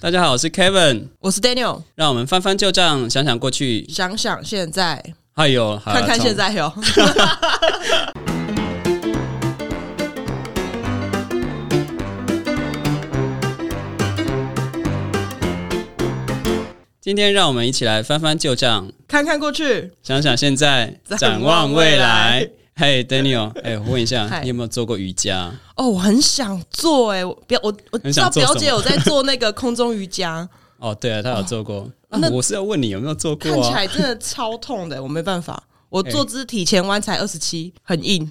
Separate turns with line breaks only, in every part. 大家好，我是 Kevin，
我是 Daniel，
让我们翻翻旧账，想想过去。
想想现在，
哎呦，好
看看
从
现在哦哟。
今天让我们一起来翻翻旧账，
看看过去，
想想现在，展
展
望
望
未
未
来
来。
嘿、d a n i e l 哎、我问一下，
嗨
你有没有做过瑜伽？
哦，我很想做哎、我表我我
很
知
想
道
做
表
什
姐有在做那个空中 瑜伽，
哦，对啊，他有做过。啊
哦那
我是要问你有没有做
看
过
起
啊？哎
来真的超痛的、我没办法，我坐姿体前弯才二十七，很硬。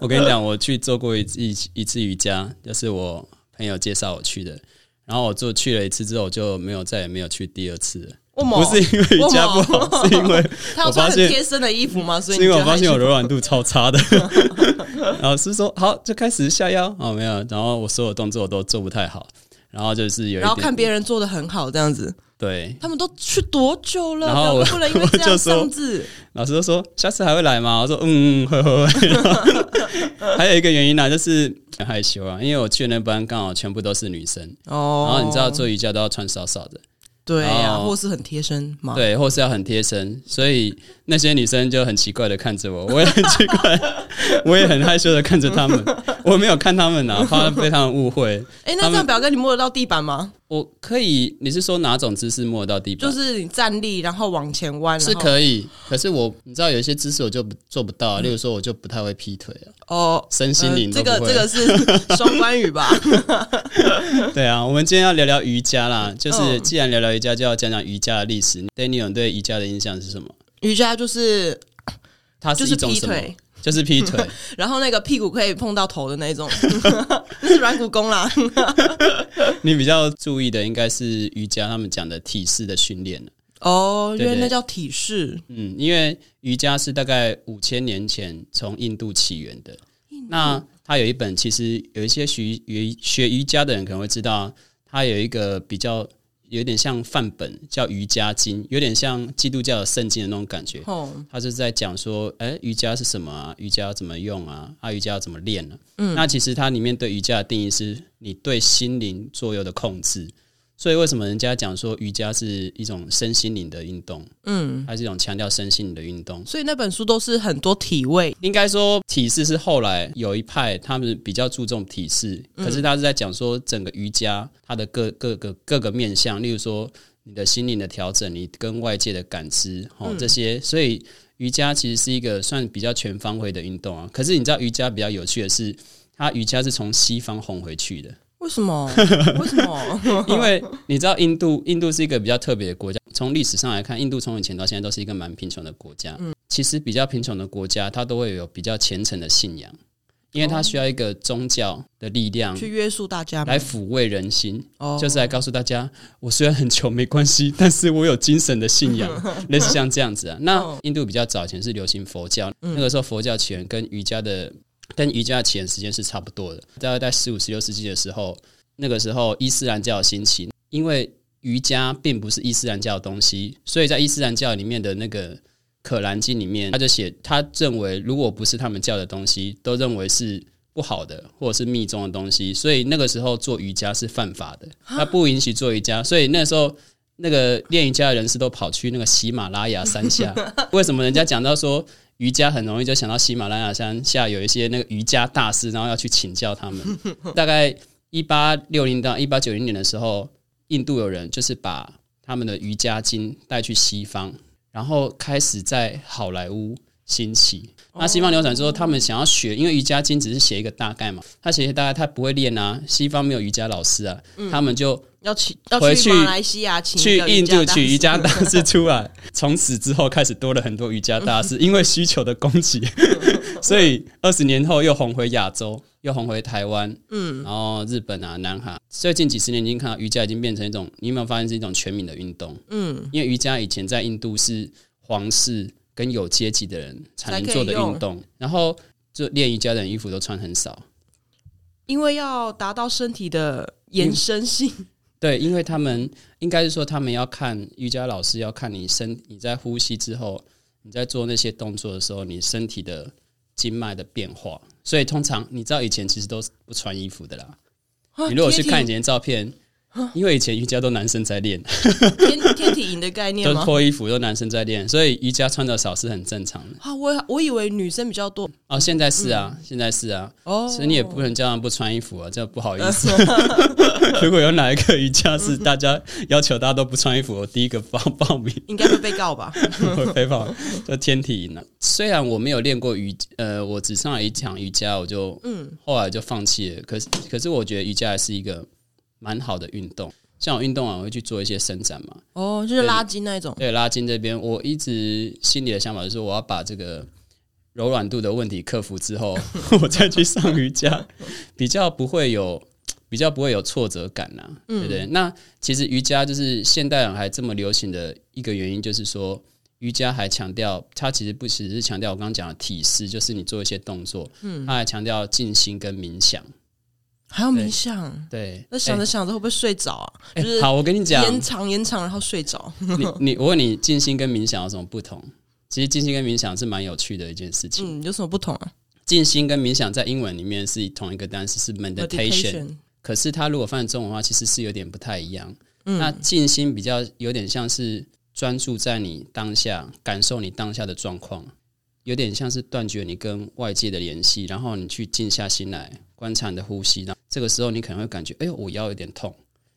我跟你讲，我去做过一次一一次瑜伽，就是我朋友介绍我去的。然后我做去了一次之后，我就没有再也没有去第二次了。
我
不是因为瑜伽不
为什
好，
么
是因为
他
我
有穿
发
很
现
贴身的衣服吗？所以
是因为我
你觉
发
得
现我
还
柔软度超差 的， 老师说好就开始下腰哦，没有，然后我所有动作都做不太好，然后就是有
然后
一
看
点
别人做的很好，这样子，
对，
他们都去多久了？
然后我
不能因为
我
这
就
样
说
上字。
老师就说下次还会来吗？我说嗯，嗯会会会。 然 后还有一个原因呢、就是很害羞啊，因为我去的那班刚好全部都是女生，
哦
然后你知道做瑜伽都要穿少少的，
对呀、
哦
或是很贴身嘛。
对，或是要很贴身，所以那些女生就很奇怪的看着我，我也很奇怪， 我也很害羞的看着他们，我没有看他们啊，怕被他们误会。
哎、
他
那
们
这样表哥，你摸得到地板吗？
我可以，你是说哪种姿势摸得到地板？
就是你站立，然后往前弯，
是
然后
可以，可是我你知道有一些姿势我就不做不到啊，例如说我就不太会劈腿啊，
哦。
身心
呃
灵都
这
不
个
会。
这个 是双关语吧？
对啊，我们今天要聊聊瑜伽啦，就是
嗯
既然聊聊瑜伽，就要讲讲瑜伽的历史。Daniel 对瑜伽的印象是什么？
瑜伽就是
它
就是
一种
劈
什么？
腿，
就是劈腿，
然后那个屁股可以碰到头的那 种，那是软骨功啦。
你比较注意的应该是瑜伽他们讲的体式的训练了
哦，
对
因为
对
那叫体式。
嗯，因为瑜伽是大概五千年前从印度起源的。那它有一本，其实有一些学瑜学瑜伽的人可能会知道，它有一个比较有点像范本，叫《瑜伽经》，有点像基督教的圣经的那种感觉。
哦，
它是在讲说，哎、瑜伽是什么啊？瑜伽要怎么用啊？啊，瑜伽要怎么练呢、嗯，那其实它里面对瑜伽的定义是你对心灵作用的控制。所以为什么人家讲说瑜伽是一种身心灵的运动？
嗯，
它是一种强调身心灵的运动。
所以那本书都是很多体位。
应该说体式是后来有一派他们比较注重体式，可是他是在讲说整个瑜伽它的各各个各个面向，例如说你的心灵的调整，你跟外界的感知，哦、这些，所以瑜伽其实是一个算比较全方位的运动啊。可是你知道瑜伽比较有趣的是，它瑜伽是从西方红回去的。
为 什么？为什么？
因为你知道，印度印度是一个比较特别的国家。从历史上来看，印度从以前到现在都是一个蛮贫穷的国家。其实比较贫穷的国家，它都会有比较虔诚的信仰，因为它需要一个宗教的力量
去约束大家吗
来抚慰人心。
哦，
就是来告诉大家，我虽然很穷没关系，但是我有精神的信仰， 类似像这样子啊。那
哦嗯
印度比较早以前是流行佛教，那个时候佛教起源跟瑜伽的跟瑜伽的起源时间是差不多的，大概在十五、十六世纪的时候，那个时候伊斯兰教兴起，因为瑜伽并不是伊斯兰教的东西，所以在伊斯兰教里面的那个。可兰经里面，他就写，他认为如果不是他们教的东西，都认为是不好的或者是密宗的东西，所以那个时候做瑜伽是犯法的，他不允许做瑜伽，所以那时候那个练瑜伽的人士都跑去那个喜马拉雅山下。为什么人家讲到说瑜伽很容易就想到喜马拉雅山下有一些那个瑜伽大师，然后要去请教他们？大概一八六零到一八九零年的时候，印度有人就是把他们的瑜伽经带去西方，然后开始在好莱坞兴起。那西方流传说，他们想要学，因为瑜伽经只是写一个大概嘛，他写一个大概他不会练啊，西方没有瑜伽老师啊，他们就
要去要
回去
去马来西亚，请
去
一个瑜
印
伽
度
大
取
师
瑜伽大师出来，从此之后开始多了很多瑜伽大师，因为需求的供 给，所以二十年后又红回亚洲，又红回台湾，嗯，然后日本啊、南韩，最近几十年已经看到瑜伽已经变成一种，你有没有发现是一种全民的运动？嗯，因为瑜伽以前在印度是皇室跟有阶级的人才能做的
才可以用
运动，然后就练瑜伽的人衣服都穿很少，
因为要达到身体的延伸性，
对，因为他们应该是说，他们要看瑜伽老师要看你身你在呼吸之后，你在做那些动作的时候，你身体的经脉的变化。所以通常你知道以前其实都是不穿衣服的啦。
啊
你如果去
贴体
看以前的照片，因为以前瑜伽都男生在练，
天天体营的概念
都
吗？
脱衣服都男生在练，所以瑜伽穿的少是很正常的。
啊，我我以为女生比较多
哦，现在是啊，现在是啊，
嗯哦，
所以你也不能叫他们不穿衣服啊，这不好意 思。如果有哪一个瑜伽是大家要求大家都不穿衣服，我第一个报报名。
应该会被告吧？
我 飞跑就天体营了。虽然我没有练过瑜，呃，我只上了一场瑜伽，我就嗯，后来就放弃了。可是，可是我觉得瑜伽还是一个蛮好的运动。像我运动完我会去做一些伸展嘛，
哦，就是拉筋那一种。
对拉筋这边，我一直心里的想法就是我要把这个柔软度的问题克服之 后，我再去上瑜伽，比较不会有。比较不会有挫折感呐、
嗯
对不对？那其实瑜伽就是现代人还这么流行的一个原因，就是说瑜伽还强调，它其实不只是强调我刚刚讲的体式，就是你做一些动作，嗯，它还强调静心跟冥想。
还有冥想，
对，
那想
哎
着想着会不会睡着啊？
哎
就是
好，我跟你讲，
延长延长，然后睡着。
你你我问你，静心跟冥想有什么不同？其实静心跟冥想是蛮有趣的一件事情。
嗯，有什么不同啊
静心跟冥想在英文里面是同一个单词，是 meditation。可是它如果翻译中文的话，其实是有点不太一样。
嗯
那静心比较有点像是专注在你当下，感受你当下的状况，有点像是断绝你跟外界的联系，然后你去静下心来观察你的呼吸。然后这个时候你可能会感觉，哎呦，我腰有点痛。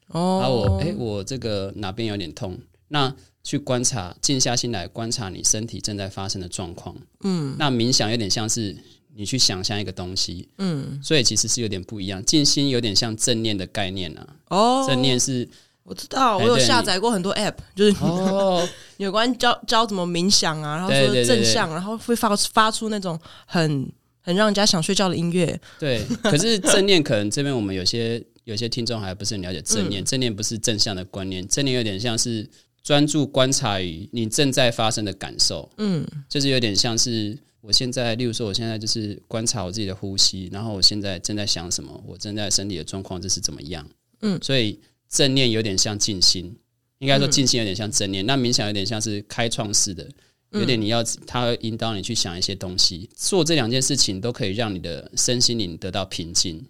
哦，
啊，我哎、我这个哪边有点痛，那去观察，静下心来观察你身体正在发生的状况。嗯，那冥想有点像是你去想象一个东西，嗯，所以其实是有点不一样。静心有点像正念的概念啊，
哦，
正念是
我知道，
哎
我有
对
下
你
载过很多 app，就是
哦，
有关教教怎么冥想啊，然后
对
说
对对
正
对
向，然后会发发出那种很很让人家想睡觉的音乐。
对。可是正念可能这边我们有些有些听众还不是很了解正念，正念不是正向的观念，正念有点像是专注观察于你正在发生的感受。
嗯，
就是有点像是我现在，例如说，我现在就是观察我自己的呼吸，然后我现在正在想什么，我正在身体的状况这是怎么样。
嗯，
所以正念有点像静心，应该说静心有点像正念，那冥想有点像是开创式的，有点你要它会引导你去想一些东西。做这两件事情都可以让你的身心灵得到平静。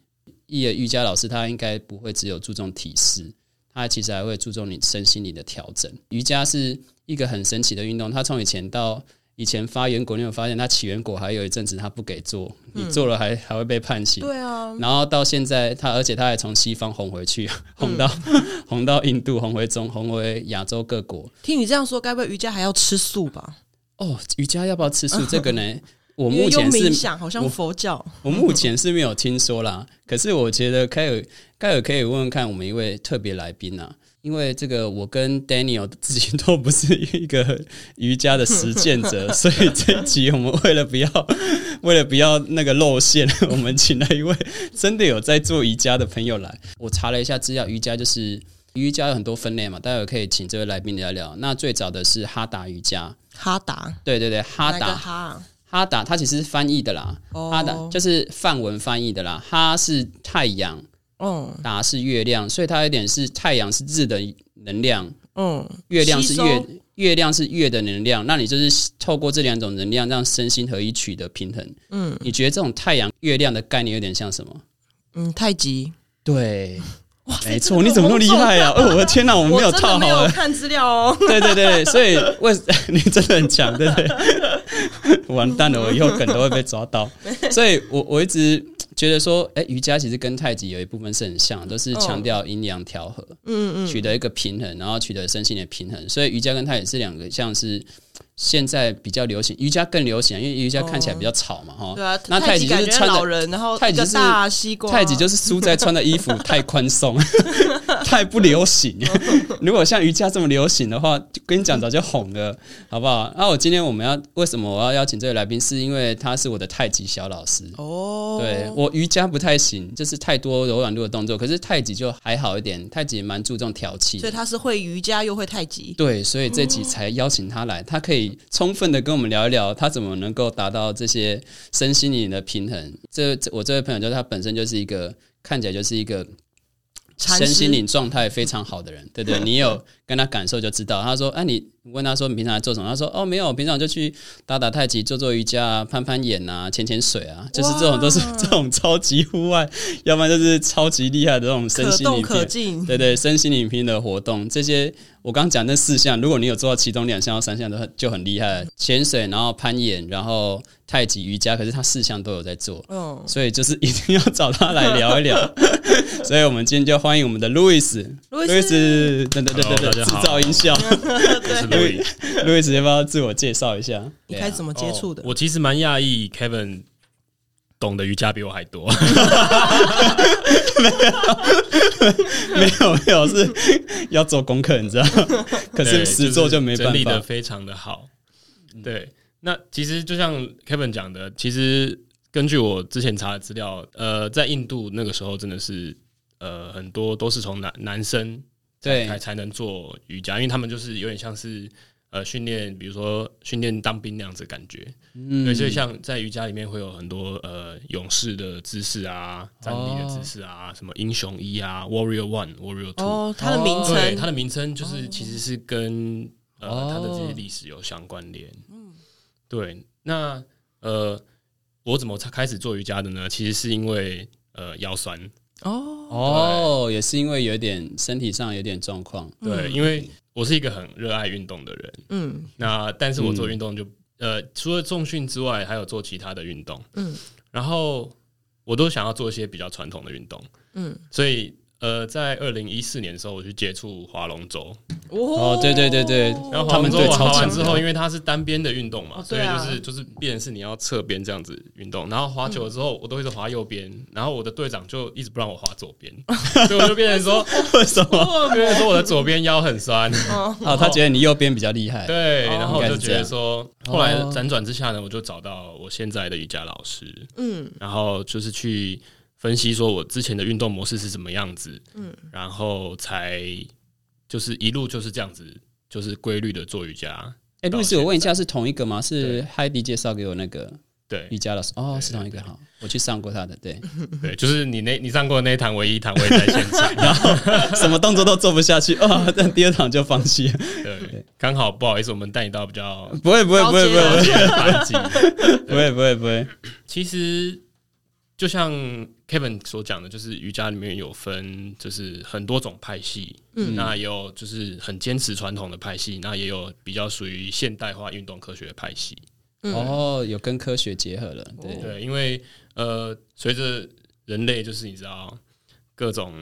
一的瑜伽老师他应该不会只有注重体式，它其实还会注重你身心里的调整。瑜伽是一个很神奇的运动，它从以前到以前发源国，你有发现它起源国还有一阵子它不给做，你做了还还会被判刑。
对啊，
然后到现在，它而且它还从西方红回
嗯
去，红到、 红到印度，红回中，红回亚洲各国。
听你这样说，该不会瑜伽还要吃素吧？
哦，瑜伽要不要吃素？这个呢，我
因为
目前
用冥
是，
想好像佛教
我目前是没有听说啦。可是我觉得凯尔，凯尔可以问问看我们一位特别来宾啊，因为这个我跟 Daniel 自己都不是一个瑜伽的实践 者，所以这一集我们为了不要为了不要那个露馅， 我们请了一位真的有在做瑜伽的朋友来。我查了一下资料，瑜伽就是瑜伽有很多分类嘛，待会可以请这位来宾聊聊。那最早的是哈达瑜伽，
哈达，
对对对，哈
哪个
达
哈啊？
哈达它其实是翻译的啦，
哦
哈达就是梵文翻译的啦，哈是太阳，
嗯
达是月亮，所以它有点是太阳是日的能量，
嗯，
月亮是
吸收
月，月亮是月的能量，那你就是透过这两种能量，让身心合一取得平衡。嗯，你觉得这种太阳、月亮的概念有点像什么？
嗯，太极。
对，
哇塞
没
这
错，
个
你怎么那么厉害呀、啊？哦，我的天哪、我
我
们没有
真
套好
的
啊
没有
欸
了。
看资料哦。
对对对，所以为你真的很强，对不对？完蛋了，我以后可能都会被抓 到。所以我我一直觉得说，哎、瑜伽其实跟太极有一部分是很像，都是强调阴阳调和。
哦嗯嗯，
取得一个平衡，然后取得身心的平衡。所以瑜伽跟它也是两个，像是现在比较流行，瑜伽更流行，因为瑜伽看起来比较吵嘛，哈、
对啊，
那太极
极
就
感
是
觉
穿
老
着。
人，然后
太
一
极
个
是
大西瓜，
太极就是输在穿的衣服太宽松， 太不流 行。如果像瑜伽这么流行的话，就跟你讲早就红了，好不好？那我今天我们要为什么我要邀请这位来宾，是因为他是我的太极小老师。
哦，
对我瑜伽不太行，就是太多柔软度的动作，可是太极就还好一点，太极蛮注重调气的。
所以他是会瑜伽又会太极。
对，所以这
哦
集才邀请他来，他可以充分的跟我们聊一聊，他怎么能够达到这些身心灵的平衡。这这我这位朋友，就是他本身就是一个看起来就是一个
禅
身
师
心灵状态非常好的人，对不对？你有跟他感受就知道。他说：“哎、你你问他说你平常在做什么？”他说：“哦，没有，平常就去打打太极、做做瑜伽啊、攀攀岩啊、潜潜水啊，就是这种都是这种超级户外，要不然就是超级厉害的这种身
可
心
动
灵
可
片。
进，
对对，身心灵拼的活动，这些我刚讲那四项，如果你有做到其中两项或三项，都很就很厉害了。潜水，然后攀岩，然后太极、瑜伽，可是他四项都有在做，
嗯，
所以就是一定要找他来聊一 聊。所以我们今天就欢迎我们的路易斯，
路易斯
路易斯，等等等等
Hello，大
等，
家
制
好
造音 效。
我是 Louis。
路易斯，要不要自我介绍一下？
一开始怎么接触的
哦？我其实蛮讶异，Kevin 懂的瑜伽比我还 多。
没有没有，是 要做功课，你知道？ 可
对
是实做就没办
整理
法。
的
嗯
非常的好。对，那其实就像 Kevin 讲的，其实根据我之前查的资料，呃，在印度那个时候真的是呃很多都是从男男生
对
才才能做瑜伽，因为他们就是有点像是呃训练，比如说训练当兵那样子的感觉。
嗯
对，所以像在瑜伽里面会有很多呃勇士的姿势啊、战力的姿势
哦
啊、什么英雄一啊、Warrior One、Warrior Two，、
哦，它的名
对
称
它的名称就是其实是跟、
哦嗯
呃它的这些历史有相关联。对。那呃，我怎么才开始做瑜伽的呢？其实是因为呃腰酸，
哦，
哦，也是因为有点身体上有点状 况。
对，因为我是一个很热爱运动的人。
嗯，
那但是我做
嗯
运动就、呃，除了重训之外，还有做其他的运动。
嗯
嗯，然后我都想要做一些比较传统的运动。
嗯
嗯，所以呃，在二零一四年的时候，我去接触划龙舟。
哦对对对对
然后
他
划
们
龙舟
对
我划
超
完
级
之后，因为它是单边的运动嘛，
哦
所
对
以
啊
就是就是变成是你要侧边这样子运动。然后划久了之后，我都一直划右边，然后我的队长就一直不让我划左边，所以我就变成说，哦
为什么？
变成说我的左边腰很酸。
哦，他觉得你右边比较厉害。
对，
哦
然后我就觉
应该
得
是
说，后来
哦
辗转之下呢，我就找到我现在的瑜伽老师，
嗯，
然后就是去分析说我之前的运动模式是什么样子，嗯，然后才就是一路就是这样子，就是规律的做瑜伽，
哎，路易斯，我问一下，是同一个吗？是 Heidi 介绍给我那个
对
瑜伽老师？哦，是同一个。好，我去上过他的，对，
对，就是你那你上过的那一堂唯一一堂我也在现场，然后
什么动作都做不下去啊，但第二堂就放弃。
对，刚好不好意思，我们带你到比较
不会，不会，不会，不会，
高阶的班级，
不会，不会，不会。
其实就像 Kevin 所讲的，就是瑜伽里面有分，就是很多种派系，嗯，那也有就是很坚持传统的派系，那也有比较属于现代化运动科学的派系。
嗯
哦，有跟科学结合了，
哦
对，
对，因为呃，随着人类就是你知道各种。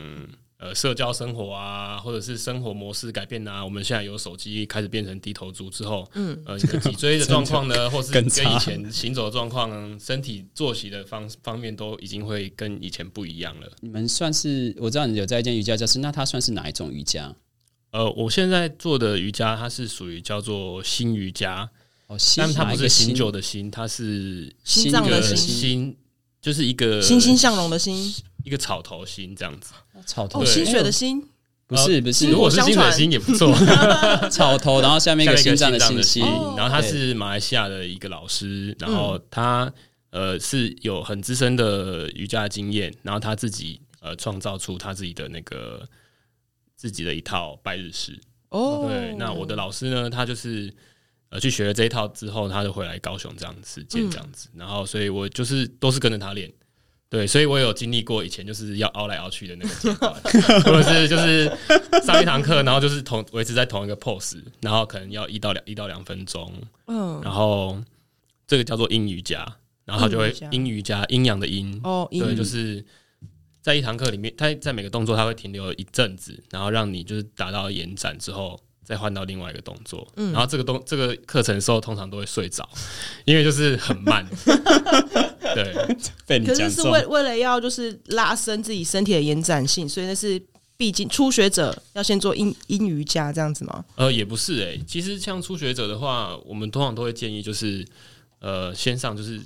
呃，社交生活啊，或者是生活模式改变啊，我们现在有手机开始变成低头族之后，嗯，呃，你的脊椎的状 况呢，或是跟
更
以
差
前行走的状况、身体作息的方方面，都已经会跟以前不一样了。
你们算是我知道你有在一间瑜伽教室，那它算是哪一种瑜伽？
呃，我现在做的瑜伽，它是属于叫做新瑜伽，
哦，新
但它
哪
不
一
是
个
醒
新
酒的心，它是
心
一
脏的
个
心
心，就是一个
欣欣向荣的欣，
一个草头心这样子。呃
草头哎
哦，
对
薪水的薪，
不是不是
如果是
薪火
薪
相
水
传
心也 不错，
草头，然后下面一个
像
心脏的
心
心息
心，
哦
然后他是马来西亚的一个老师，然后
嗯
他呃是有很资深的瑜伽经验，然后他自己呃创造出他自己的那个自己的一套拜日式。
哦，
对，那我的老师呢，他就是呃去学了这一套之后，他就回来高雄这样实践这样子，然后所以我就是都是跟着他练。对，所以我有经历过以前就是要凹来凹去的那个阶段， 或者是就是上一堂课，然后就是同维持在同一个 pose，然后可能要一到两一到两分钟，
嗯，
然后这个叫做阴瑜伽，然后他就会
阴
阴瑜伽阴阳的阴，
哦，英
对，
语
就是在一堂课里面，他在每个动作他会停留一阵子，然后让你就是达到延展之后，再换到另外一个动作。然后这个动这个课程的时候，通常都会睡着， 因为就是很慢。 对
被你
可
讲
是是
中。
为为了要就是拉伸自己身体的延展性，所以那是毕竟初学者要先做阴阴瑜伽这样子吗？
呃，也不是诶、其实像初学者的话，我们通常都会建议就是呃，先上就是。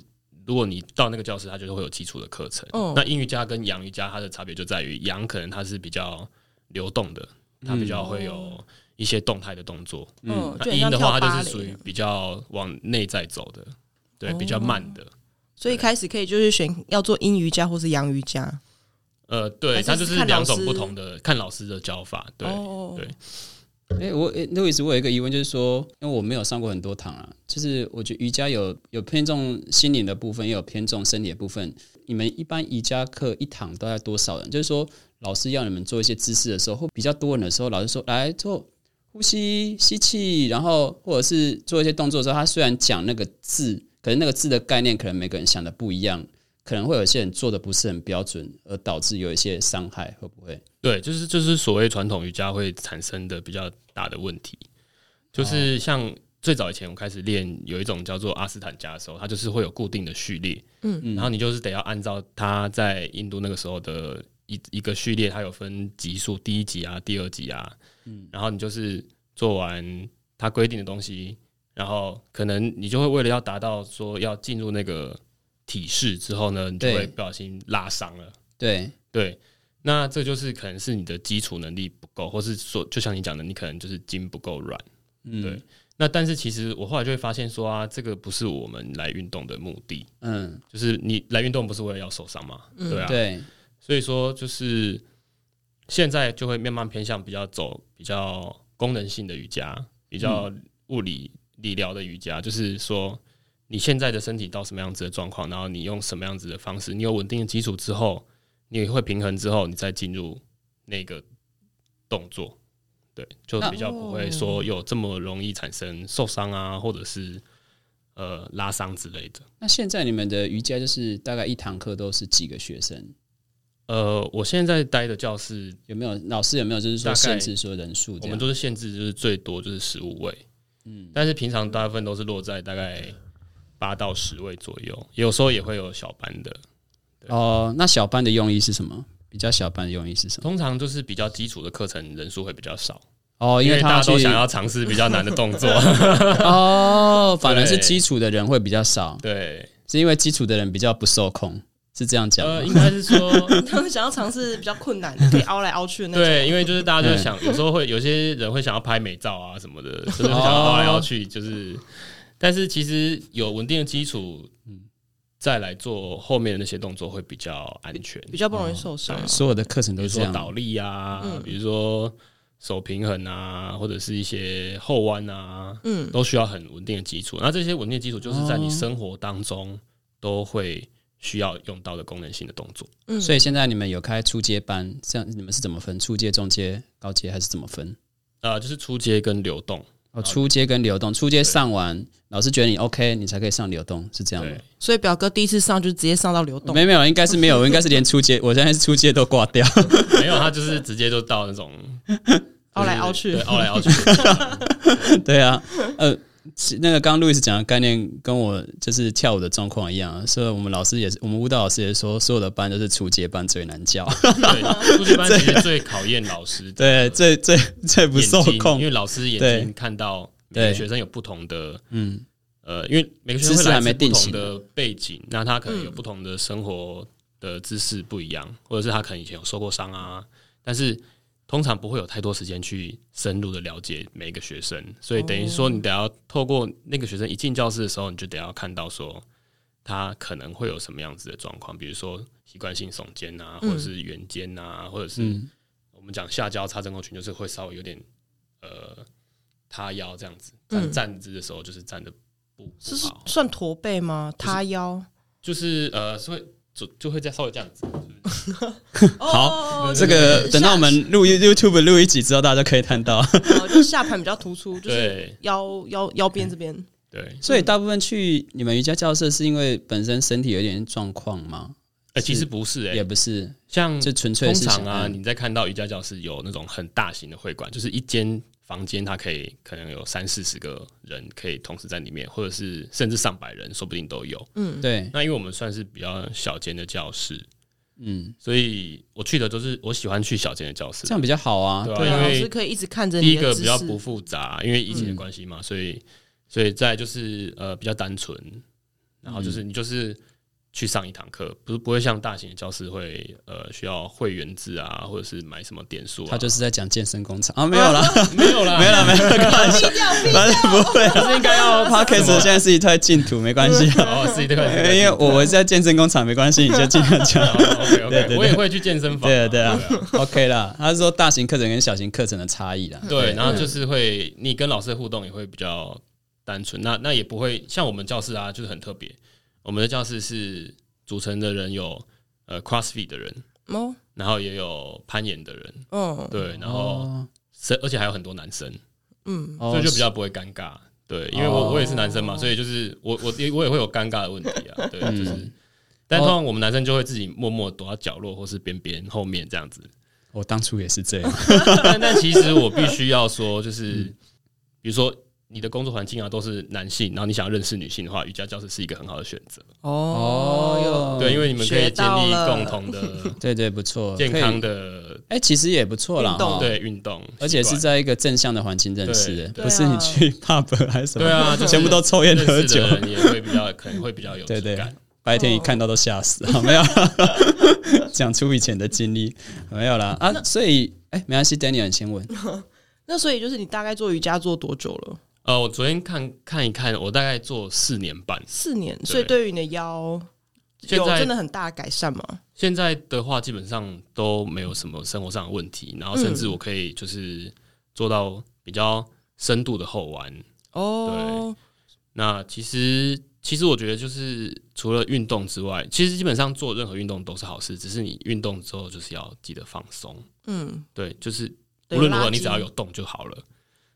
如果你到那个教室，它就会有基础的课程。
哦
那阴瑜伽跟阳瑜伽它的差别就在于，阳可能它是比较流动的，它比较会有一些动态的动作。
嗯，就
那
很
阴
像
的
跳
话，
芭蕾哦
它就是属于比较往内在走的，对，比较慢的。
所以一开始可以就是选要做阴瑜伽或是阳瑜伽。
呃，
还
对，
是
它就是
看老
两
师
种不同的，看老师的教法。对，
哦，
对
哎、我哎，路易斯，我有一个疑问，就是说，因为我没有上过很多堂啊，就是我觉得瑜伽有有偏重心灵的部分，也有偏重身体的部分。你们一般瑜伽课一堂大概多少人？就是说，老师要你们做一些姿势的时候，或比较多人的时候，老师说来做呼吸、吸气，然后或者是做一些动作的时候，他虽然讲那个字，可是那个字的概念可能每个人想的不一样，可能会有些人做的不是很标准，而导致有一些伤害，会不会？
对，就是就是所谓传统瑜伽会产生的比较大的问题，就是像最早以前我开始练有一种叫做阿斯坦加的时候，它就是会有固定的序列，嗯，然后你就是得要按照它在印度那个时候的一一个序列，它有分级数，第一级啊，第二级啊，嗯，然后你就是做完它规定的东西，然后可能你就会为了要达到说要进入那个体式之后呢，你就
对
会不小心拉伤了。
对，
对，那这就是可能是你的基础能力不够，或是说，就像你讲的，你可能就是筋不够软。
嗯，
对那但是其实我后来就会发现说啊，这个不是我们来运动的目的，
嗯，
就是你来运动不是为了要受伤嘛，对啊，
对，
所以说就是现在就会慢慢偏向比较走比较功能性的瑜伽，比较物理理疗的瑜伽，就是说你现在的身体到什么样子的状况，然后你用什么样子的方式，你有稳定的基础之后，你会平衡之后，你再进入那个动作。对，就比较不会说有这么容易产生受伤啊，或者是呃拉伤之类的。
那现在你们的瑜伽就是大概一堂课都是几个学生？
呃，我现在待的教室
有没有老师有没有就是
大
说限
概
制说人数这
我们
样？
都是限制，就是最多就是十五位，嗯，但是平常大部分都是落在大概八到十位左右，有时候也会有小班的。
哦，那小班的用意是什么？比较小班的用意是什么？
通常就是比较基础的课程人数会比较少，
哦，
因为
他
大家都
去
想要尝试比较难的动作。
哦，反而是
对
基础的人会比较少，
对，
是因为基础的人比较不受控，是这样讲吗
呃，应该是说，
他们想要尝试比较困难的，可以凹来凹去的那种。
对，因为就是大家就想，有时候会有些人会想要拍美照啊什么的，就是想要绕来绕去，就是，但是其实有稳定的基础，嗯，再来做后面的那些动作会比较安全。
比较不容易受伤。
所有的课程
比
都
如
是这
呃说
样。
倒立啊，比如说手平衡啊，或者是一些后弯啊，
嗯，
都需要很稳定的基础。那这些稳定的基础就是在你生活当中都会需要用到的功能性的动作。
嗯
所以现在你们有开初阶班，这样你们是怎么分？初阶、中阶、高阶还是怎么分？
呃，就是出街跟流动，
哦，初阶跟流动，初阶上完，老师觉得你 OK，你才可以上流动，是这样
对
吗？，
所以表哥第一次上就直接上到
嗯
流动
没。有没有，应该是没有，应该是连初阶，我现在是初阶都挂掉。
没有他就是直接就到那种
凹来凹去
对凹来凹去。
对啊，呃，其那个刚刚路易斯讲的概念跟我就是跳舞的状况一样、啊，所以我们老师也是，我们舞蹈老师也说，所有的班都是初阶班最难教，
对，出街班其实最考验老师的
对，最最最不
眼
受
睛，因
控，
为老师眼
对
睛看到每个
对
学生有不同的
嗯，
呃，因为每个学生
知
会
识
来
还没
自不
定
同
型
的背景，那他可能有不同的生活的知识不一样，或者是他可能以前有受过伤啊，但是通常不会有太多时间去深入的了解每一个学生，所以等于说你得要透过那个学生一进教室的时候，你就得要看到说他可能会有什么样子的状况，比如说习惯性耸肩啊，或者是圆肩啊，或者是
嗯
我们讲下交叉正钩群，就是会稍微有点呃塌腰这样子，站站姿的时候就是站的不
这
不
是
好，
算驼背吗？塌腰？
就是呃是会就就会再稍微这样子，
好
这个等到我们录 YouTube 录一集之后，大家就可以看 到。
就下盘比较突出，就是
对
腰腰腰边这边。
对，
所以大部分去你们瑜伽教室是因为本身身体有点状况吗？
呃其实不是哎、
也不是，
像
就纯粹
通
是
常
想
啊，
按
你在看到瑜伽教室有那种很大型的会馆，就是一间房间，它可以可能有三四十个人可以同时在里面，或者是甚至上百人，说不定都有。
嗯对，
那因为我们算是比较小间的教室，
嗯，
所以我去的都是我喜欢去小间的教室
这，样比较好啊。
对啊，
对啊，
因
老
为
师可以一直看着
第
你
一
的
个
姿
比
势。
较不复杂，因为疫情
嗯
的关系
嗯
嘛，所以所以再来就是呃比较单纯，然后就是你就是去上一堂课，不是不会像大型的教室会呃需要会员制啊，或者是买什么点数、啊，
他就是在讲健身工厂啊，没有啦，
没有啦，
没 有啦，没有啦，开玩笑，
低调低
反正不会啦。
可是应该要
p o c k e t 现在是一块净土，没关系啊，
哦，是一块，
因为我我在健身工厂，没关系，你就尽量 讲。
OK
对对
OK，
对
我也会去健身房
对
啊，
啊，对啊，OK 啦。他是说大型课程跟小型课程的差异啦。
对，然后就是会你跟老师的互动也会比较单纯，那那也不会像我们教室啊，就是很特别。我们的教室是组成的人有呃 CrossFit 的人，
哦
然后也有攀岩的人，
哦，
对，然后
哦
生、而且还有很多男生，
嗯，
哦
所以就比较不会尴尬。对，因为我我也是男生嘛，所以就是我我我也会有尴尬的问题啊。对，就是，但通常我们男生就会自己默默躲到角落或是边边后面这样子。
我当初也是这样，
但但其实我必须要说，就是
嗯
比如说你的工作环境啊都是男性，然后你想要认识女性的话，瑜伽教室是一个很好的选择。
哦哟，
对，因为你们可以
学
建
到
立
了
共同 的
对对，不错，
健康
的，
的
哎，其实也不错啦
运，动
哈
对运动，
而且是
习惯
在一个正向的环境认识的，
对
不是你去 pub 还是什么，
对啊，就是
全部都抽烟喝
认识
酒
的，人也会比较可能会比较有
对
质
对
感。，
白天一看到都吓死
哦
啊， 没有啦，讲出以前的经历，没有啦啊，所以哎，没关系，Daniel 你先问，
那所以就是你大概做瑜伽做多久了？
呃，我昨天看看一看，我大概做四年半，
四年，所以对于你的腰
现
有
在
真的很大改善吗？
现在的话基本上都没有什么生活上的问题，然后甚
嗯
至我可以就是做到比较深度的后弯。
哦，
那其实其实我觉得就是除了运动之外，其实基本上做任何运动都是好事，只是你运动之后就是要记得放松，
嗯，
对，就是无
对
论如何
拉
你
筋
只要有动就好了。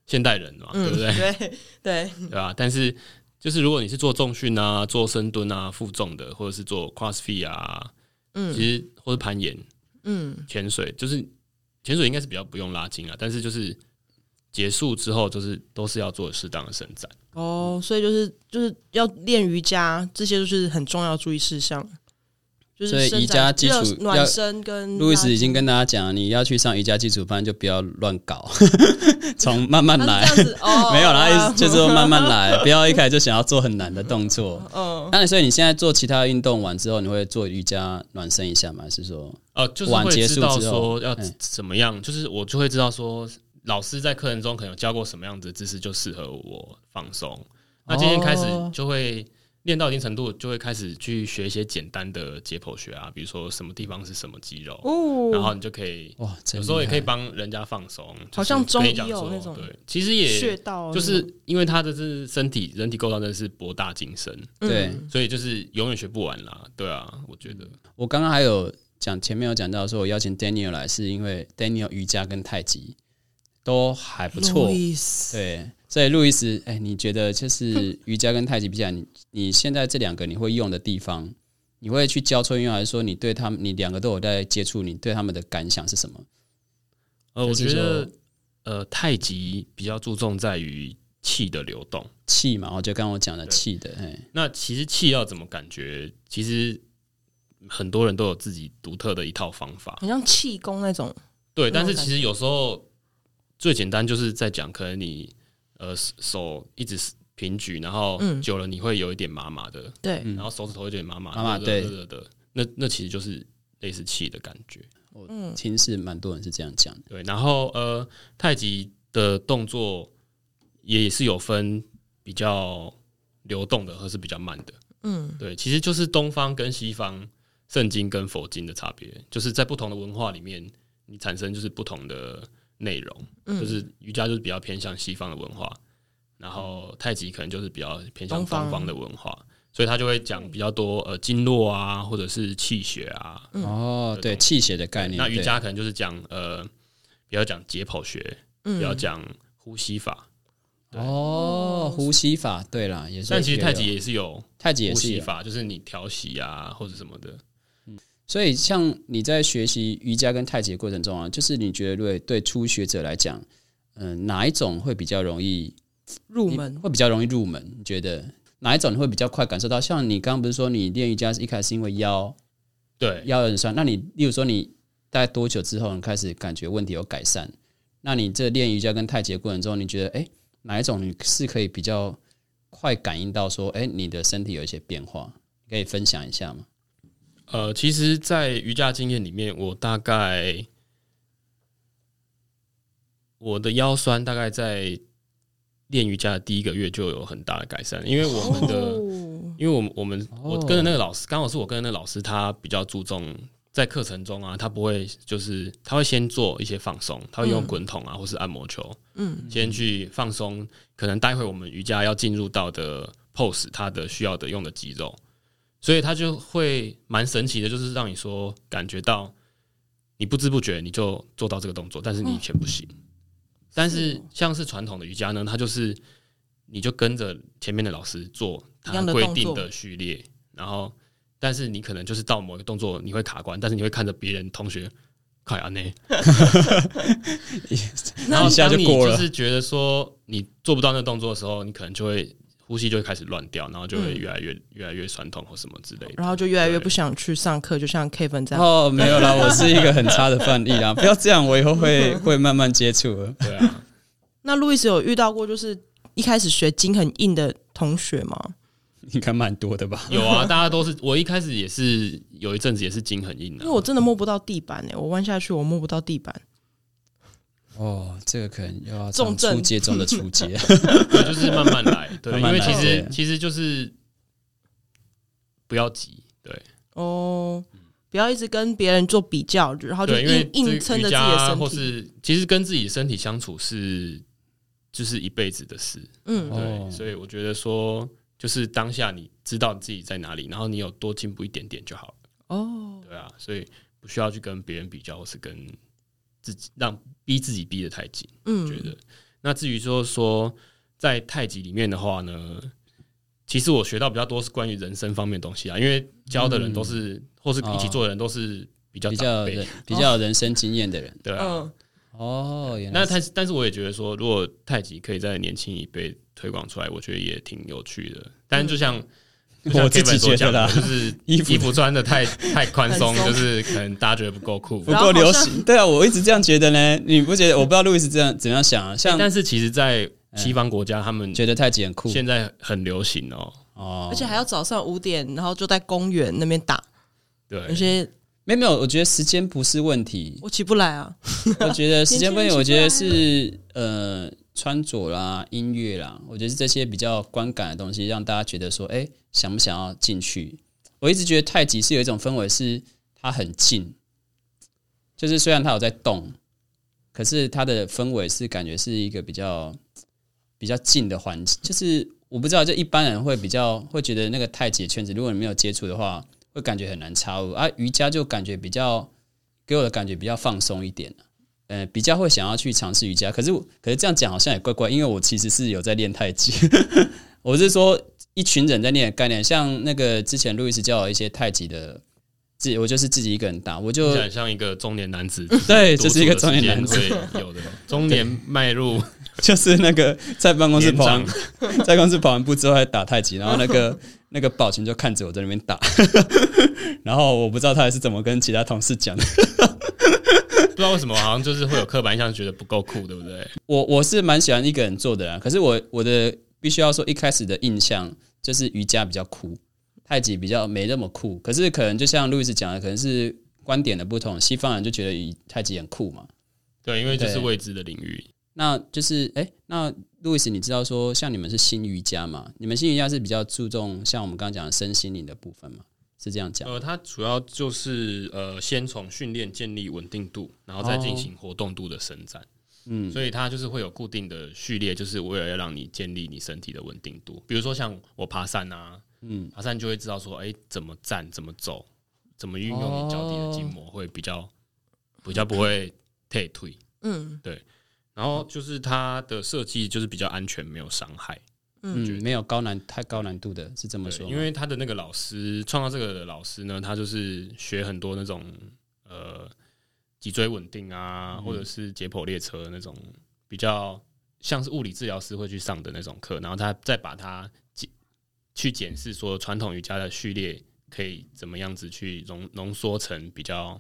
现代人嘛，
嗯，
对 不对？
对对，
对吧、但是就是如果你是做重训啊、做深蹲啊、负重的，或者是做 CrossFit 啊，
嗯
其实或是攀岩、
嗯，
潜水，就是潜水应该是比较不用拉筋啊，但是就是结束之后，就是都是要做适当的伸展。
哦，所以就是就是要练瑜伽，这些都是很重要注意事项。就是
所以瑜
伸展
伽基础
热
要
暖身跟
路易
拉
斯已经跟大家讲，你要去上瑜伽基础班就不要乱搞， 从慢慢
他
来。，
是这样子 哦
没有啦，意思
哦
就是说慢慢 来，不要一开始就想要做很难的动作。
哦，
那所以你现在做其他运动完之后，你会做瑜伽暖身一下吗？还是说
呃，就是
晚
会
结
知
束
道
之后
说要
嗯
怎么样，就是我就会知道说老师在课程中可能有教过什么样子的姿势就适合我放松。那今天开始
哦
就会练到一定程度，就会开始去学一些简单的解剖学啊，比如说什么地方是什么肌肉，
哦
然后你就可以
哇，真
有时候也可
厉
以
害
帮人家放松，就是
好像中医
跟你讲
有
说
那种
对，其实
穴
也
道
就是因为他的是身体人体构造真的是博大精深，
那种
对
嗯
所以就是永远学不完啦。对啊，我觉得
我刚刚还有讲，前面有讲到说我邀请 Daniel 来，是因为 Daniel 瑜伽跟太极都还不错
路。易斯
对，所以路易斯，哎，你觉得就是瑜伽跟太极比起来，你你现在这两个你会用的地方，你会去交错运用，还是说你对他们，你两个都有在接触，你对他们的感想是什么？
呃，我
就是
觉
说
得呃，太极比较注重在于气的流动。
气嘛，我哦就刚刚我讲的气的，哎，
那其实气要怎么感觉？其实很多人都有自己独特的一套方法，
很像气功那种，
对。
那种
但是其实有时候最简单就是在讲，可能你呃手一直平举，然后
嗯
久了你会有一点麻麻的，
对，
嗯
然后手指头有点麻麻
麻麻
的，
对
的的，那那其实就是类似气的感觉。
我听是蛮多人是这样讲的。
对，然后呃，太极的动作也是有分比较流动的，或是比较慢的。
嗯，
对，其实就是东方跟西方圣经跟佛经的差别，就是在不同的文化里面，你产生就是不同的内容。
嗯
就是瑜伽就是比较偏向西方的文化，然后太极可能就是比较偏向
东方
东方的文化，所以他就会讲比较多呃经络啊，或者是气血啊。
哦，对，气血的概念。
那瑜
对
伽可能就是讲呃，比较讲解剖学，
嗯
比较讲呼吸法，
哦，呼吸法，对啊啦，也是。
但其实太极
也有
也是有
太极也
呼
是
吸
有，
法，就是你调息啊或者什么的。
所以像你在学习瑜伽跟太极的过程中啊，就是你觉得对对初学者来讲，嗯、哪一种会比较容易
入
你
门
会比较容易入门？你觉得哪一种你会比较快感受到？像你刚刚不是说你练瑜伽是一开始是因为腰
对，
腰有点酸，那你例如说你大概多久之后你开始感觉问题有改善？那你这练瑜伽跟太极的过程中，你觉得哎、诶哪一种你是可以比较快感应到说哎、诶你的身体有一些变化？你可以分享一下吗？
呃，其实，在瑜伽经验里面，我大概我的腰酸大概在练瑜伽的第一个月就有很大的改善，因为我们的，
哦
因为我们我们我跟着那个老师，刚好是我跟着那个老师，他比较注重在课程中啊，他不会就是他会先做一些放松，他会用滚筒啊、或是按摩球，
嗯，
先去放松，可能待会我们瑜伽要进入到的 pose，它的需要的用的肌肉，所以它就会蛮神奇的，就是让你说感觉到你不知不觉你就做到这个动作，但是
哦
你以前不行。但是像是传统的瑜伽呢，它就是你就跟着前面的老师做
一
他
样的
规
动
定
作
的序列，然后但是你可能就是到某一个动作你会卡关，但是你会看着别人同学。快啊，那然后
一下就
当你
过了
就是觉得说你做不到那个动作的时候，你可能就会呼吸就会开始乱掉，然后就会越来越、越来越酸痛或什么之类的。
然后就越来越不想去上课，就像 Kevin 这样。
哦，没有啦，我是一个很差的范例啦， 不要这样，我以后会会慢慢接触的。
对啊，
那路易斯有遇到过就是一开始学筋很硬的同学吗？
应该蛮多的吧？
有啊，大家都是我一开始也是有一阵子也是筋很硬啊
因
的、
为我真的摸不到地板哎、我弯下去我摸不到地板。
哦，这个可能又要
重
从
症
初阶中的初阶，
对，就是慢慢来，对，
慢慢来
因为其实
对
其实就是不要急，对
哦，不要一直跟别人做比较，然哦后就
对，因为
硬硬
这
撑
瑜
着自己
伽啊
的身
或
体。
是其实跟自己身体相处是就是一辈子的事，
嗯，
哦
对，所以我觉得说，就是当下你知道你自己在哪里，然后你有多进步一点点就好了，
哦，
对啊，所以不需要去跟别人比较，或是跟自己让逼自己逼得太紧，我
嗯，
觉得。那至于说说在太极里面的话呢，其实我学到比较多是关于人生方面的东西啊，因为教的人
嗯
都是、或是
哦
一起做的人都是比较
比
长
较
辈
人，比较有人生经验的人。
对啊。
嗯，
哦，原来
那
是
太，但是我也觉得说，如果太极可以在年轻一辈推广出来，我觉得也挺有趣的。但是就像、就像
嗯我自己
Kevin
觉
所
得
讲的
啦
就是
衣
衣
服
服穿 的太太宽松，
很松
就是可能大家觉得不够酷
不。
然后
够流
好
行。 对啊，我一直这样觉得呢。你不觉得？我不知道路易斯这样怎么样想啊？像
但是其实，在西方国家，他们
觉得太极很酷
哎现在很流行哦。
哦，
而且还要早上五点，然后就在公园那边打，有
对，
些
没有没有，我觉得时间不是问题，
我起不来啊。
我觉得时间分野，我觉得
年
是呃穿着啦、音乐啦，我觉得是这些比较观感的东西，让大家觉得说，哎、想不想要进去？我一直觉得太极是有一种氛围，是它很静，就是虽然它有在动，可是它的氛围是感觉是一个比较比较静的环境，就是我不知道，就一般人会比较会觉得那个太极的圈子，如果你没有接触的话，会感觉很难插入啊。瑜伽就感觉比较给我的感觉比较放松一点。呃，比较会想要去尝试瑜伽。可是我，可是这样讲好像也怪怪，因为我其实是有在练太极。 我是说，一群人在练的概念，像那个之前路易斯教我一些太极的，自我就是自己一个人打，我就，
听起来像一个中年男子
对，这是一个中年男子，
会有的中年迈入
就是那个在办公室
年
跑完
长，
在公司跑完步之后还打太极，然后那个那个保全就看着我在那边打， 然后我不知道他是怎么跟其他同事讲的。
不知道为什么，好像就是会有刻板印象，觉得不够酷，对不对？
我我是蛮喜欢一个人做的啦，可是我我的必须要说，一开始的印象就是瑜伽比较酷，太极比较没那么酷。可是可能就像路易斯讲的，可能是观点的不同，西方人就觉得瑜太极很酷嘛。
对，因为这是
对
未知的领域，
那就是哎、那路易斯，你知道说像你们是新瑜伽嘛？你们新瑜伽是比较注重像我们刚刚讲的身心灵的部分嘛？是这样讲？
呃，它主要就是呃，先从训练建立稳定度，然后再进行活动度的伸展。
哦嗯，
所以它就是会有固定的序列，就是为了要让你建立你身体的稳定度。比如说像我爬山啊，
嗯，
爬山就会知道说，哎、怎么站，怎么走，怎么运用你脚底的筋
哦
膜会比较比较不会 退退。
嗯
然后就是它的设计就是比较安全，没有伤害。
嗯，没有高难太高难度的，是这么
对
说吗？
因为他的那个老师创造这个的老师呢，他就是学很多那种呃脊椎稳定啊，
嗯
或者是解剖列车那种比较像是物理治疗师会去上的那种课，然后他再把它解去检视说传统瑜伽的序列可以怎么样子去浓浓缩成比较。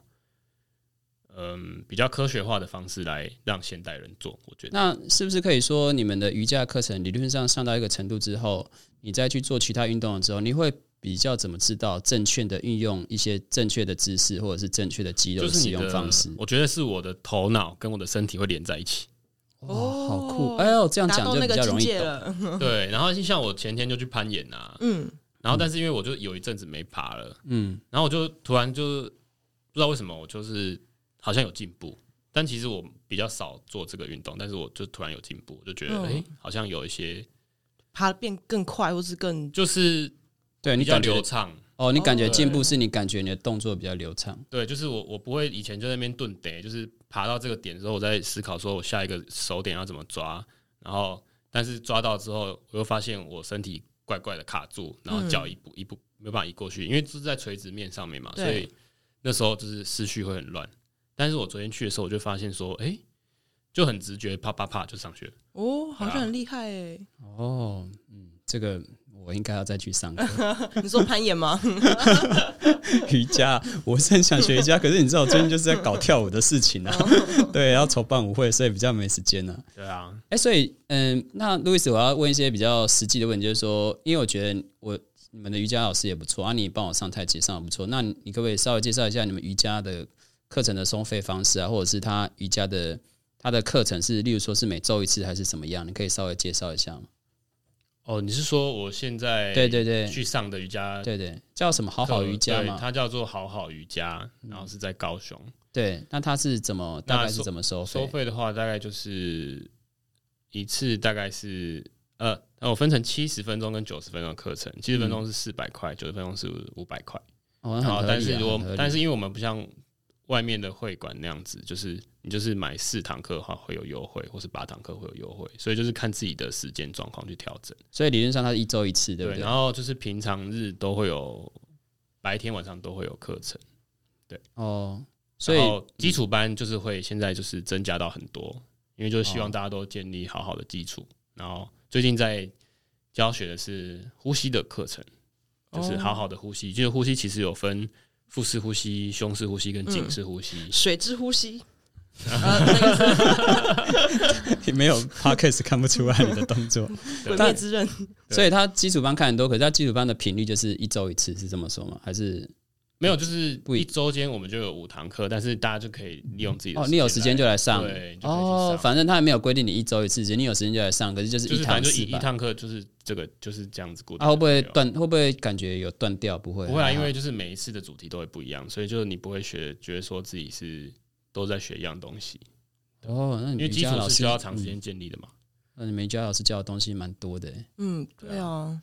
嗯，比较科学化的方式来让现代人做，我觉得
那是不是可以说，你们的瑜伽课程理论上上到一个程度之后，你再去做其他运动的时候，你会比较怎么知道正确的运用一些正确的姿势或者是正确的肌肉
就是
使
你
用
的
方式。
我觉得是我的头脑跟我的身体会连在一起。
哇，好酷！哎呦，这样
达
讲
到
就比
那个
较
境
容易
界
懂。
了。
对，然后就像我前天就去攀岩啊，
嗯，
然后但是因为我就有一阵子没爬了，
嗯，
然后我就突然就是不知道为什么，我就是好像有进步，但其实我比较少做这个运动，但是我就突然有进步，我就觉得哎、
嗯
诶好像有一些
爬得变更快，或是更
就是
对
比
你
较
感觉
流畅。
哦，你感觉
哦
进步是你感觉你的动作比较流畅。
对，就是我我不会以前就在那边顿得，就是爬到这个点之后，我在思考说我下一个手点要怎么抓，然后但是抓到之后，我又发现我身体怪怪的卡住，然后
嗯
脚一步一步没办法移过去，因为是在垂直面上面嘛，
对
所以那时候就是思绪会很乱。但是我昨天去的时候，我就发现说，哎、就很直觉，啪啪啪就上去了。
哦，好像很厉害哎。
哦，嗯，这个我应该要再去上课
啊你说攀岩 吗？
瑜伽。 我是很想学瑜伽，可是你知道我最近就是在搞跳舞的事情啊， 对，要筹办舞会，所以比较没时间啊。
对啊，
哎、所以嗯，那路易斯，我要问一些比较实际的问题，就是说，因为我觉得我你们的瑜伽老师也不错啊，你帮我上太极上的不错，那你你可不可以稍微介绍一下你们瑜伽的课程的收费方式啊，或者是他瑜伽的他的课程是，例如说是每周一次还是怎么样？你可以稍微介绍一下吗？
哦，你是说我现在
对对对
哎去上的瑜伽
对对，叫什么好好
课
瑜伽
对
嘛？嗯
它叫做好好瑜伽，然后是在高雄。
对，那他是怎么
那
大概是
收
怎么收费？
收费的话，大概就是一次大概是呃，那我分成七十分钟跟九十分钟的课程，七十分钟是四百块，九十分钟是五百块。
哦，
然
嗯那很合
后
理啊
但是如果
很合理
但是因为我们不像外面的会馆那样子，就是你就是买四堂课的话会有优惠，或是八堂课会有优惠，所以就是看自己的时间状况去调整。
所以理论上它是一周一次，对不
对，
对？
然后就是平常日都会有，白天晚上都会有课程。
哦，所
所
以
以基础班就是会现在就是增加到很多，因为就是
哦
希望大家都建立好好的基础。然后最近在教学的是呼吸的课程，就是好好的呼
哦
吸。就是呼吸其实有分腹式呼吸、胸式呼吸跟颈式呼吸。
水之呼吸，呃，那个是
没 有 podcast 看不出来你的动作，
鬼灭之刃，
对
所以他基础班看很多，可是他基础班的频率就是一周一次，是这么说吗？还是
没有，就是
不一
一周间我们就有五堂课，但是大家就可以利用自己的
哦，你有时间就
来
来上
对，就可以去
哦，
上
反正他也没有规定你一周一次，只是你有时间就来上，可是就是
就
一
是反
堂
正就
四
一一
百。
堂课就是这个就是这样子固定的内
啊，
容。
会不会断？会不会感觉有断掉？不会，
不会啊，
还好
因为就是每一次的主题都会不一样，所以就是你不会学，觉得说自己是都在学一样东西，
哦，那你
因为
瑜
基
伽
础
老
是
师
需要长时
嗯
间建立的嘛。
那你们瑜伽老师教的东西蛮多的欸，
嗯，对啊，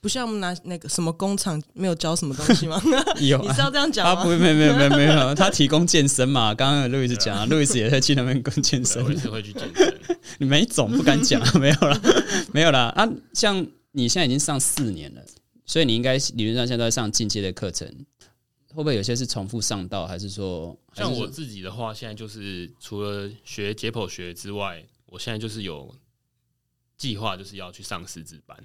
不像我们拿那个什么工厂没有教什么东西 吗？
有
你是要这样
啊，
讲
不，
吗？
没有没有没有没有，他提供健身嘛。刚刚有路易斯讲啊，路易斯也在去那边跟健
对，啊
身
我。也是会去 健身，
你没总不敢讲，啊没有啦，没有啦。啊，像你现在已经上四年了，所以你应该理论上现在都在上进阶的课程，会不会有些是重复上到，还是说还
像
是
我自己的话，现在就是除了学解剖学之外，我现在就是有计划，就是要去上师资班，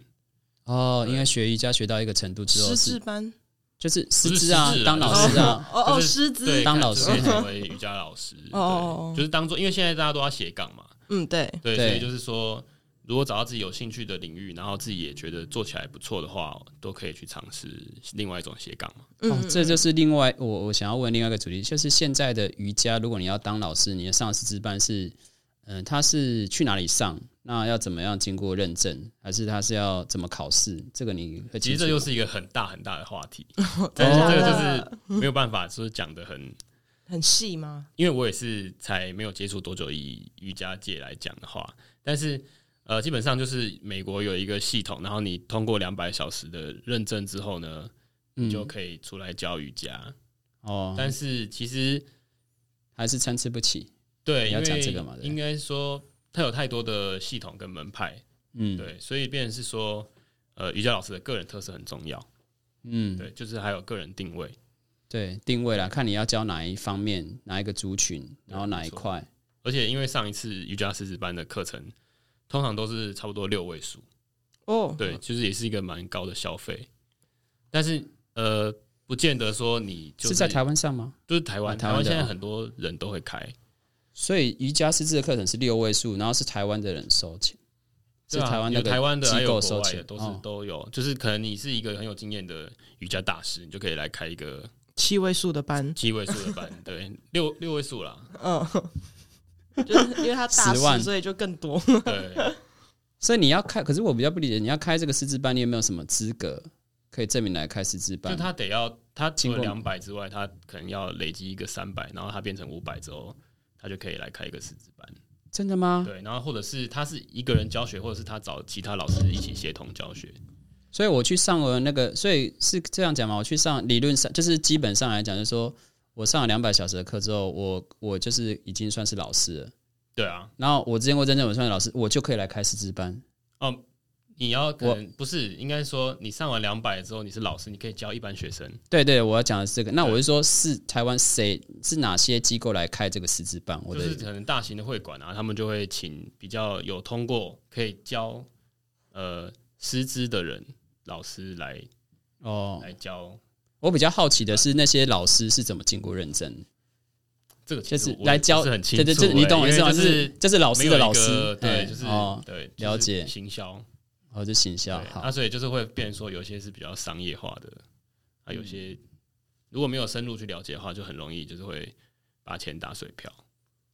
哦，应该学瑜伽学到一个程度之后
师
是
资班，
就是师
不是
资啊
师资，啊
当老
啊哦
师 啊，
哦哦，
就是
师资
对，，
当老师
看自己成为瑜伽 老师，
哦哦哦
对，就是当做，因为现在大家都要斜杠嘛，
嗯，对，
对，
对
所以就是说，如果找到自己有兴趣的领域，然后自己也觉得做起来不错的话，都可以去尝试另外一种斜杠嘛。
哦
嗯，，
这就是另外我我想要问另外一个主题，就是现在的瑜伽，如果你要当老师，你的上师资班是，嗯、他是去哪里上？那要怎么样经过认证？还是他是要怎么考试？这个你会
其实这
清楚
就
吗
是一个很大很大的话 题，但是这个就是没有办法，就是讲的很，
很细吗？
因为我也是才没有接触多久，以瑜伽界来讲的话，但是呃，基本上就是美国有一个系统，然后你通过两百小时的认证之后呢，你就
嗯
可以出来教瑜伽。
哦，
但是其实
还是参差不齐。
对，
你
因
要
为
讲这个嘛对
应该说它有太多的系统跟门派，
嗯，
对，所以变成是说，呃，瑜伽老师的个人特色很重要，
嗯，
对，就是还有个人定位。
对，定位啦，看你要教哪一方面，哪一个族群，然后哪一块。
而且因为上一次瑜伽师资班的课程，通常都是差不多六位数，
嗯
哦，
对，就是也是一个蛮高的消费。但是呃，不见得说你就是
在台，湾上吗？
就是台湾，
啊台
台
湾
湾
的
现在
哦
很多人都会开，
所以瑜伽师资的课程是六位数，然后是台湾的人收钱，是
对啊
台湾那
有
个
台湾的，还
机
有
构
国
收
外
钱
的，，都是
哦
都有。就是可能你是一个很有经验的瑜伽大师，你就可以来开一个
七位数的班，
七位数 的班，对，六六位数啦，
嗯， 就是因为他大
十万
师，所以就更 多。
对，
所以你要开，可是我比较不理解，你要开这个师资班，你有没有什么资格可以证明来开师资
就
班？
他得要他除
经
了
过
两百之外，他可能要累积一个三百，然后他变成五百之后，他就可以来开一个师资班，
真的吗？
对，然后或者是他是一个人教学，或者是他找其他老师一起协同教学，
所以我去上了那个，所以是这样讲嘛？我去上理论上就是基本上来讲，就是说我上了两百小时的课之后，我我就是已经算是老师了。
对啊，
然后我之前过真正我算是老师，我就可以来开师资班。
哦，你要可能不是应该说你上完两百之后，你是老师，你可以教一般学生，
对对，我要讲的是这个。那我是说，是台湾谁是哪些机构来开这个师资班？我
就
的、
是可能大型的会馆啊，他们就会请比较有通过可以教呃师资的人老师来
哦，
来教。
我比较好奇的是那些老师是怎么经过认证，
这个其
就
实
是
我
来
也不
教，
是
对
很清
对，
楚
就是你
欸
懂我意
因
思
为
吗？
就是
就是老师
没有
的
一
老师
个，对，
哎
就是
哦，
对，就是
了解
行销，
哦，就行销
对，啊
好
那，所以就是会变成说，有些是比较商业化的，啊，有
嗯
些如果没有深入去了解的话，就很容易就是会把钱打水漂。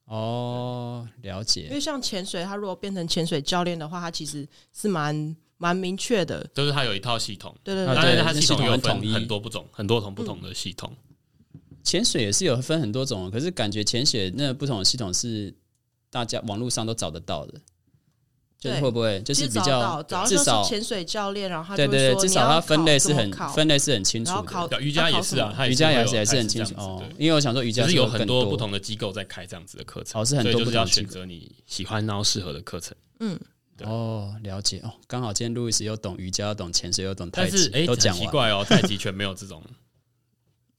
哦，了
因
解，
为像潜水，他如果变成潜水教练的话，他其实是蛮蛮明确的。
就是它有一套系统，
对对
啊
对，
当然
对
它
那
系
系
统
统
有
很
分
统一嗯
很多不种，很多种不同的系统。
潜水也是有分很多种，可是感觉潜水那不同的系统是大家网络上都找得到的，就是
对
会不会就
其
是
实
比
找
较
到找到
至
就
少
是潜水教练，然后他
对
就会
对对，
说
至
你
少它
要
分
考
类
怎
是
么
很
考
分类是很清楚
然后考
的，
对，瑜伽也是
它考
啊
什么，
它
瑜伽
也
也
会
是
有
也是很
它
清
也
楚
这样子
哦
对，
因为我想说瑜伽
只是有很
更
多
多
不，同的机构在开这样子的课程，
哦是很多
所以就
不
是
同
要
的机
选
构
择你喜欢然后适合的课程。
嗯
对
哦，了解哦，刚好今天路易斯又懂瑜伽，又懂潜水，又懂太
但
极
是，哎，
都
很
讲
奇
完。
怪哦，太极拳没有这种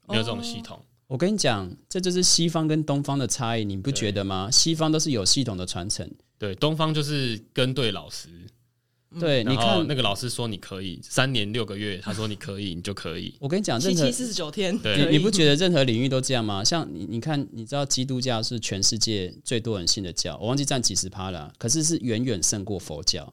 没有这种系统，
我跟你讲，这就是西方跟东方的差异，你不觉得吗？西方都是有系统的传承，
对，东方就是跟对老师，
嗯
对，你
然后
看
那个老师说你可以三年六个月，他说你可以，你就可以。
我跟你讲，
七
任何
七四十九天，
对
你
可以
你不觉得任何领域都这样吗？像你你看，你知道基督教是全世界最多人信的教，我忘记占几十趴了啊，可是是远远胜过佛教。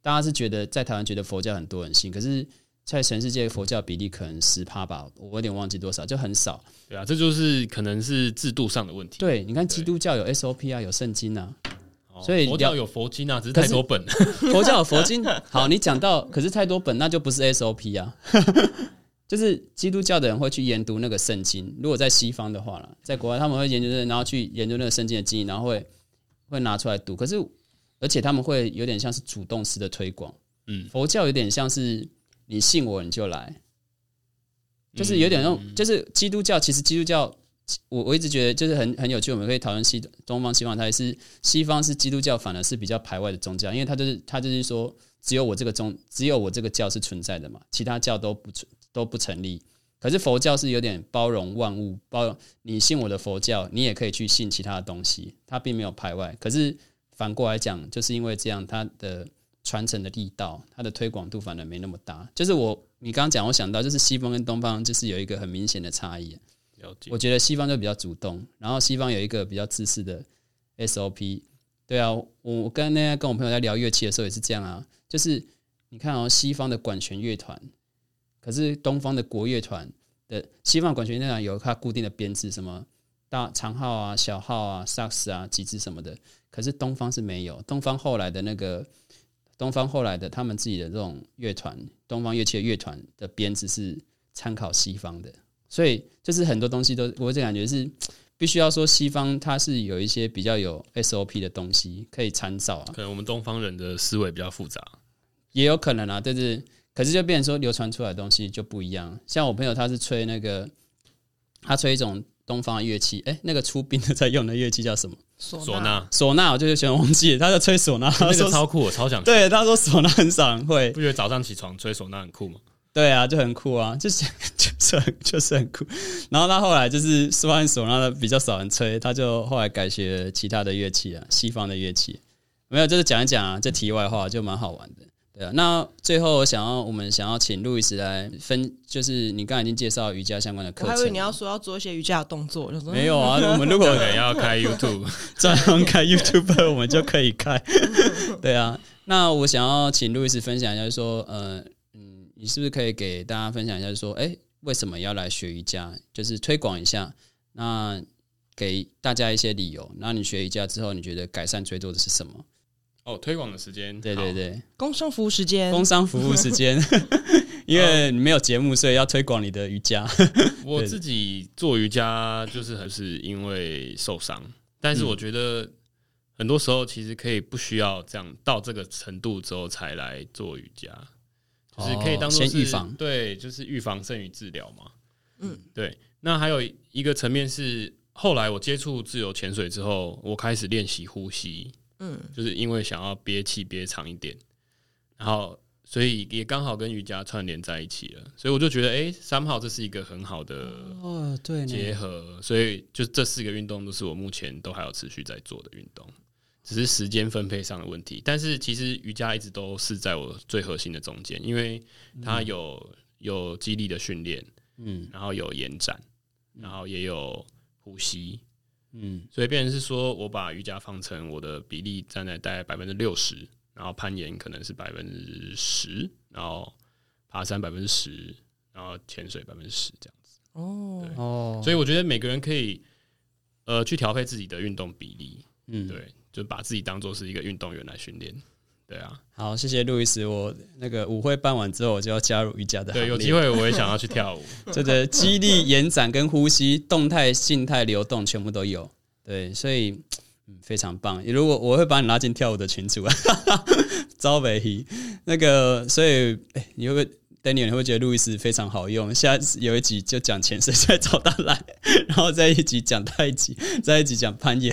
大家是觉得在台湾觉得佛教很多人信，可是，在全世界佛教比例可能十趴吧，我有点忘记多少，就很少。
对啊，这就是可能是制度上的问题。
对，你看
对
基督教有 SOP 啊，有圣经啊，
哦
所以
佛
了
教有佛经啊，只是
可
太
是
多本。
佛教有佛经，好，你讲到，可是太多本那就不是 SOP 啊， 就是基督教的人会去研读那个圣经。如果在西方的话啦，在国外他们会研究这个，然后去研究那个圣经的经义，然后会会拿出来读。可是，而且他们会有点像是主动式的推广。
嗯
佛教有点像是你信我你就来，就是有点那种，就是基督教。其实基督教，我我一直觉得就是很很有趣，我们可以讨论西东方西方，它也是西方是基督教，反而是比较排外的宗教，因为它就是它就是说，只有我这个宗，只有我这个教是存在的嘛，其他教都不存都不成立。可是佛教是有点包容万物，包容你信我的佛教，你也可以去信其他的东西，它并没有排外。可是反过来讲，就是因为这样，它的传承的力道，它的推广度反而没那么大。就是我你刚刚讲，我想到就是西方跟东方就是有一个很明显的差异。
了解
我。觉得西方就比较主动，然后西方有一个比较自私的 SOP。对啊，我我跟那天跟我朋友在聊乐器的时候也是这样啊，就是你看哦，西方的管弦乐团，可是东方的国乐团的西方的管弦乐团有它固定的编制，什么大长号啊、小号啊、萨克斯啊、几支什么的，可是东方是没有。东方后来的那个东方后来的他们自己的这种乐团，东方乐器的乐团的编制是参考西方的。所以就是很多东西都，我这感觉是必须要说西方它是有一些比较有 SOP 的东西可以参照啊，
可能我们东方人的思维比较复杂，
也有可能啊，但是可是就变成说流传出来的东西就不一样。像我朋友他是吹那个，他吹一种东方的乐器，哎、那个出兵的在用的乐器叫什么？
唢
唢呐，
呐
唢呐，我就是全忘记了，他在吹唢呐，他
那个
说
超酷，我超想。
对，他说唢呐很少人会，
不觉得早上起床吹唢呐很酷吗？
对啊，就很酷啊，就是就是很就是很酷。然后他后来就是发现唢呐的比较少人吹，他就后来改学其他的乐器啊，西方的乐器。没有，就是讲一讲啊，这题外话就蛮好玩的。对啊，那最后我想要我们想要请路易斯来分，就是你刚才已经介绍瑜伽相关的课
我还以为
程
你。要说要做一些瑜伽的动作，我就 说
没有啊，我们如果
对，要开 YouTube，
专门开 YouTube，我们就可以开。对啊，那我想要请路易斯分享一下，就是说，呃，嗯，你是不是可以给大家分享一下，就是说，哎、为什么要来学瑜伽？就是推广一下，那给大家一些理由。那你学瑜伽之后，你觉得改善最多的是什么？
哦，推广的时间，
对对对，
嗯工商服务时间，
工商服务时 间，因为你没有节目，所以要推广你的瑜伽。
好，我自己做瑜伽就是还是因为受伤，但
嗯
是我觉得很多时候其实可以不需要这样到这个程度之后才来做瑜伽，就是可以当做
哦先预防
对，就是预防胜于治疗嘛。嗯，对。那还有一个层面是，后来我接触自由潜水之后，我开始练习呼吸，
嗯，
就是因为想要憋气憋长一点，然后所以也刚好跟瑜伽串联在一起了，所以我就觉得，哎、三号这是一个很好的
哦，对
结合，所以就这四个运动都是我目前都还有持续在做的运动，只是时间分配上的问题。但是其实瑜伽一直都是在我最核心的中间，因为它有、有肌力的训练，
嗯
然后有延展，然后也有呼吸，
嗯
所以变成是说我把瑜伽放成我的比例占在大概百分之六十，然后攀岩可能是百分之十，然后爬山百分之十，然后潜水百分之十这样。
哦，
哦，
所以我觉得每个人可以呃去调配自己的运动比例，
嗯，
对，就把自己当做是一个运动员来训练。对啊，
好，谢谢路易斯。我那个舞会办完之后，我就要加入瑜伽的行
对，
列。
有机会我也想要去跳舞。
这个肌力、延展跟呼吸、动态、静态、流动全部都有。对，所以嗯非常棒。如果我会把你拉进跳舞的群组 啊，招北希那个，所以、哎，你会不会 Daniel 你会不会觉得路易斯非常好用？下次有一集就讲潜水，再找他来，然后再一集讲太极，再一集讲攀岩，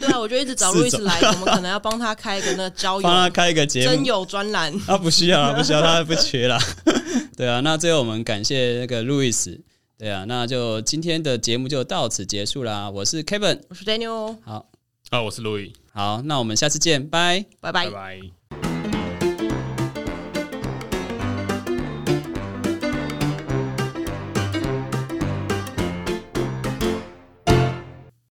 对啊，我就一直找
四
路
种
易斯来，我们可能要帮他开一个那个
哦
交
帮他
友
开一个节目
真。友专栏。
啊，不需要啦，不需要，他不缺啦。 对啊，那最后我们感谢那个路易斯。对啊，那就今天的节目就到此结束啦。我是 Kevin，
我是 Daniel，
好
啊，我是路易，
好，那我们下次见，拜。
拜拜
拜。拜。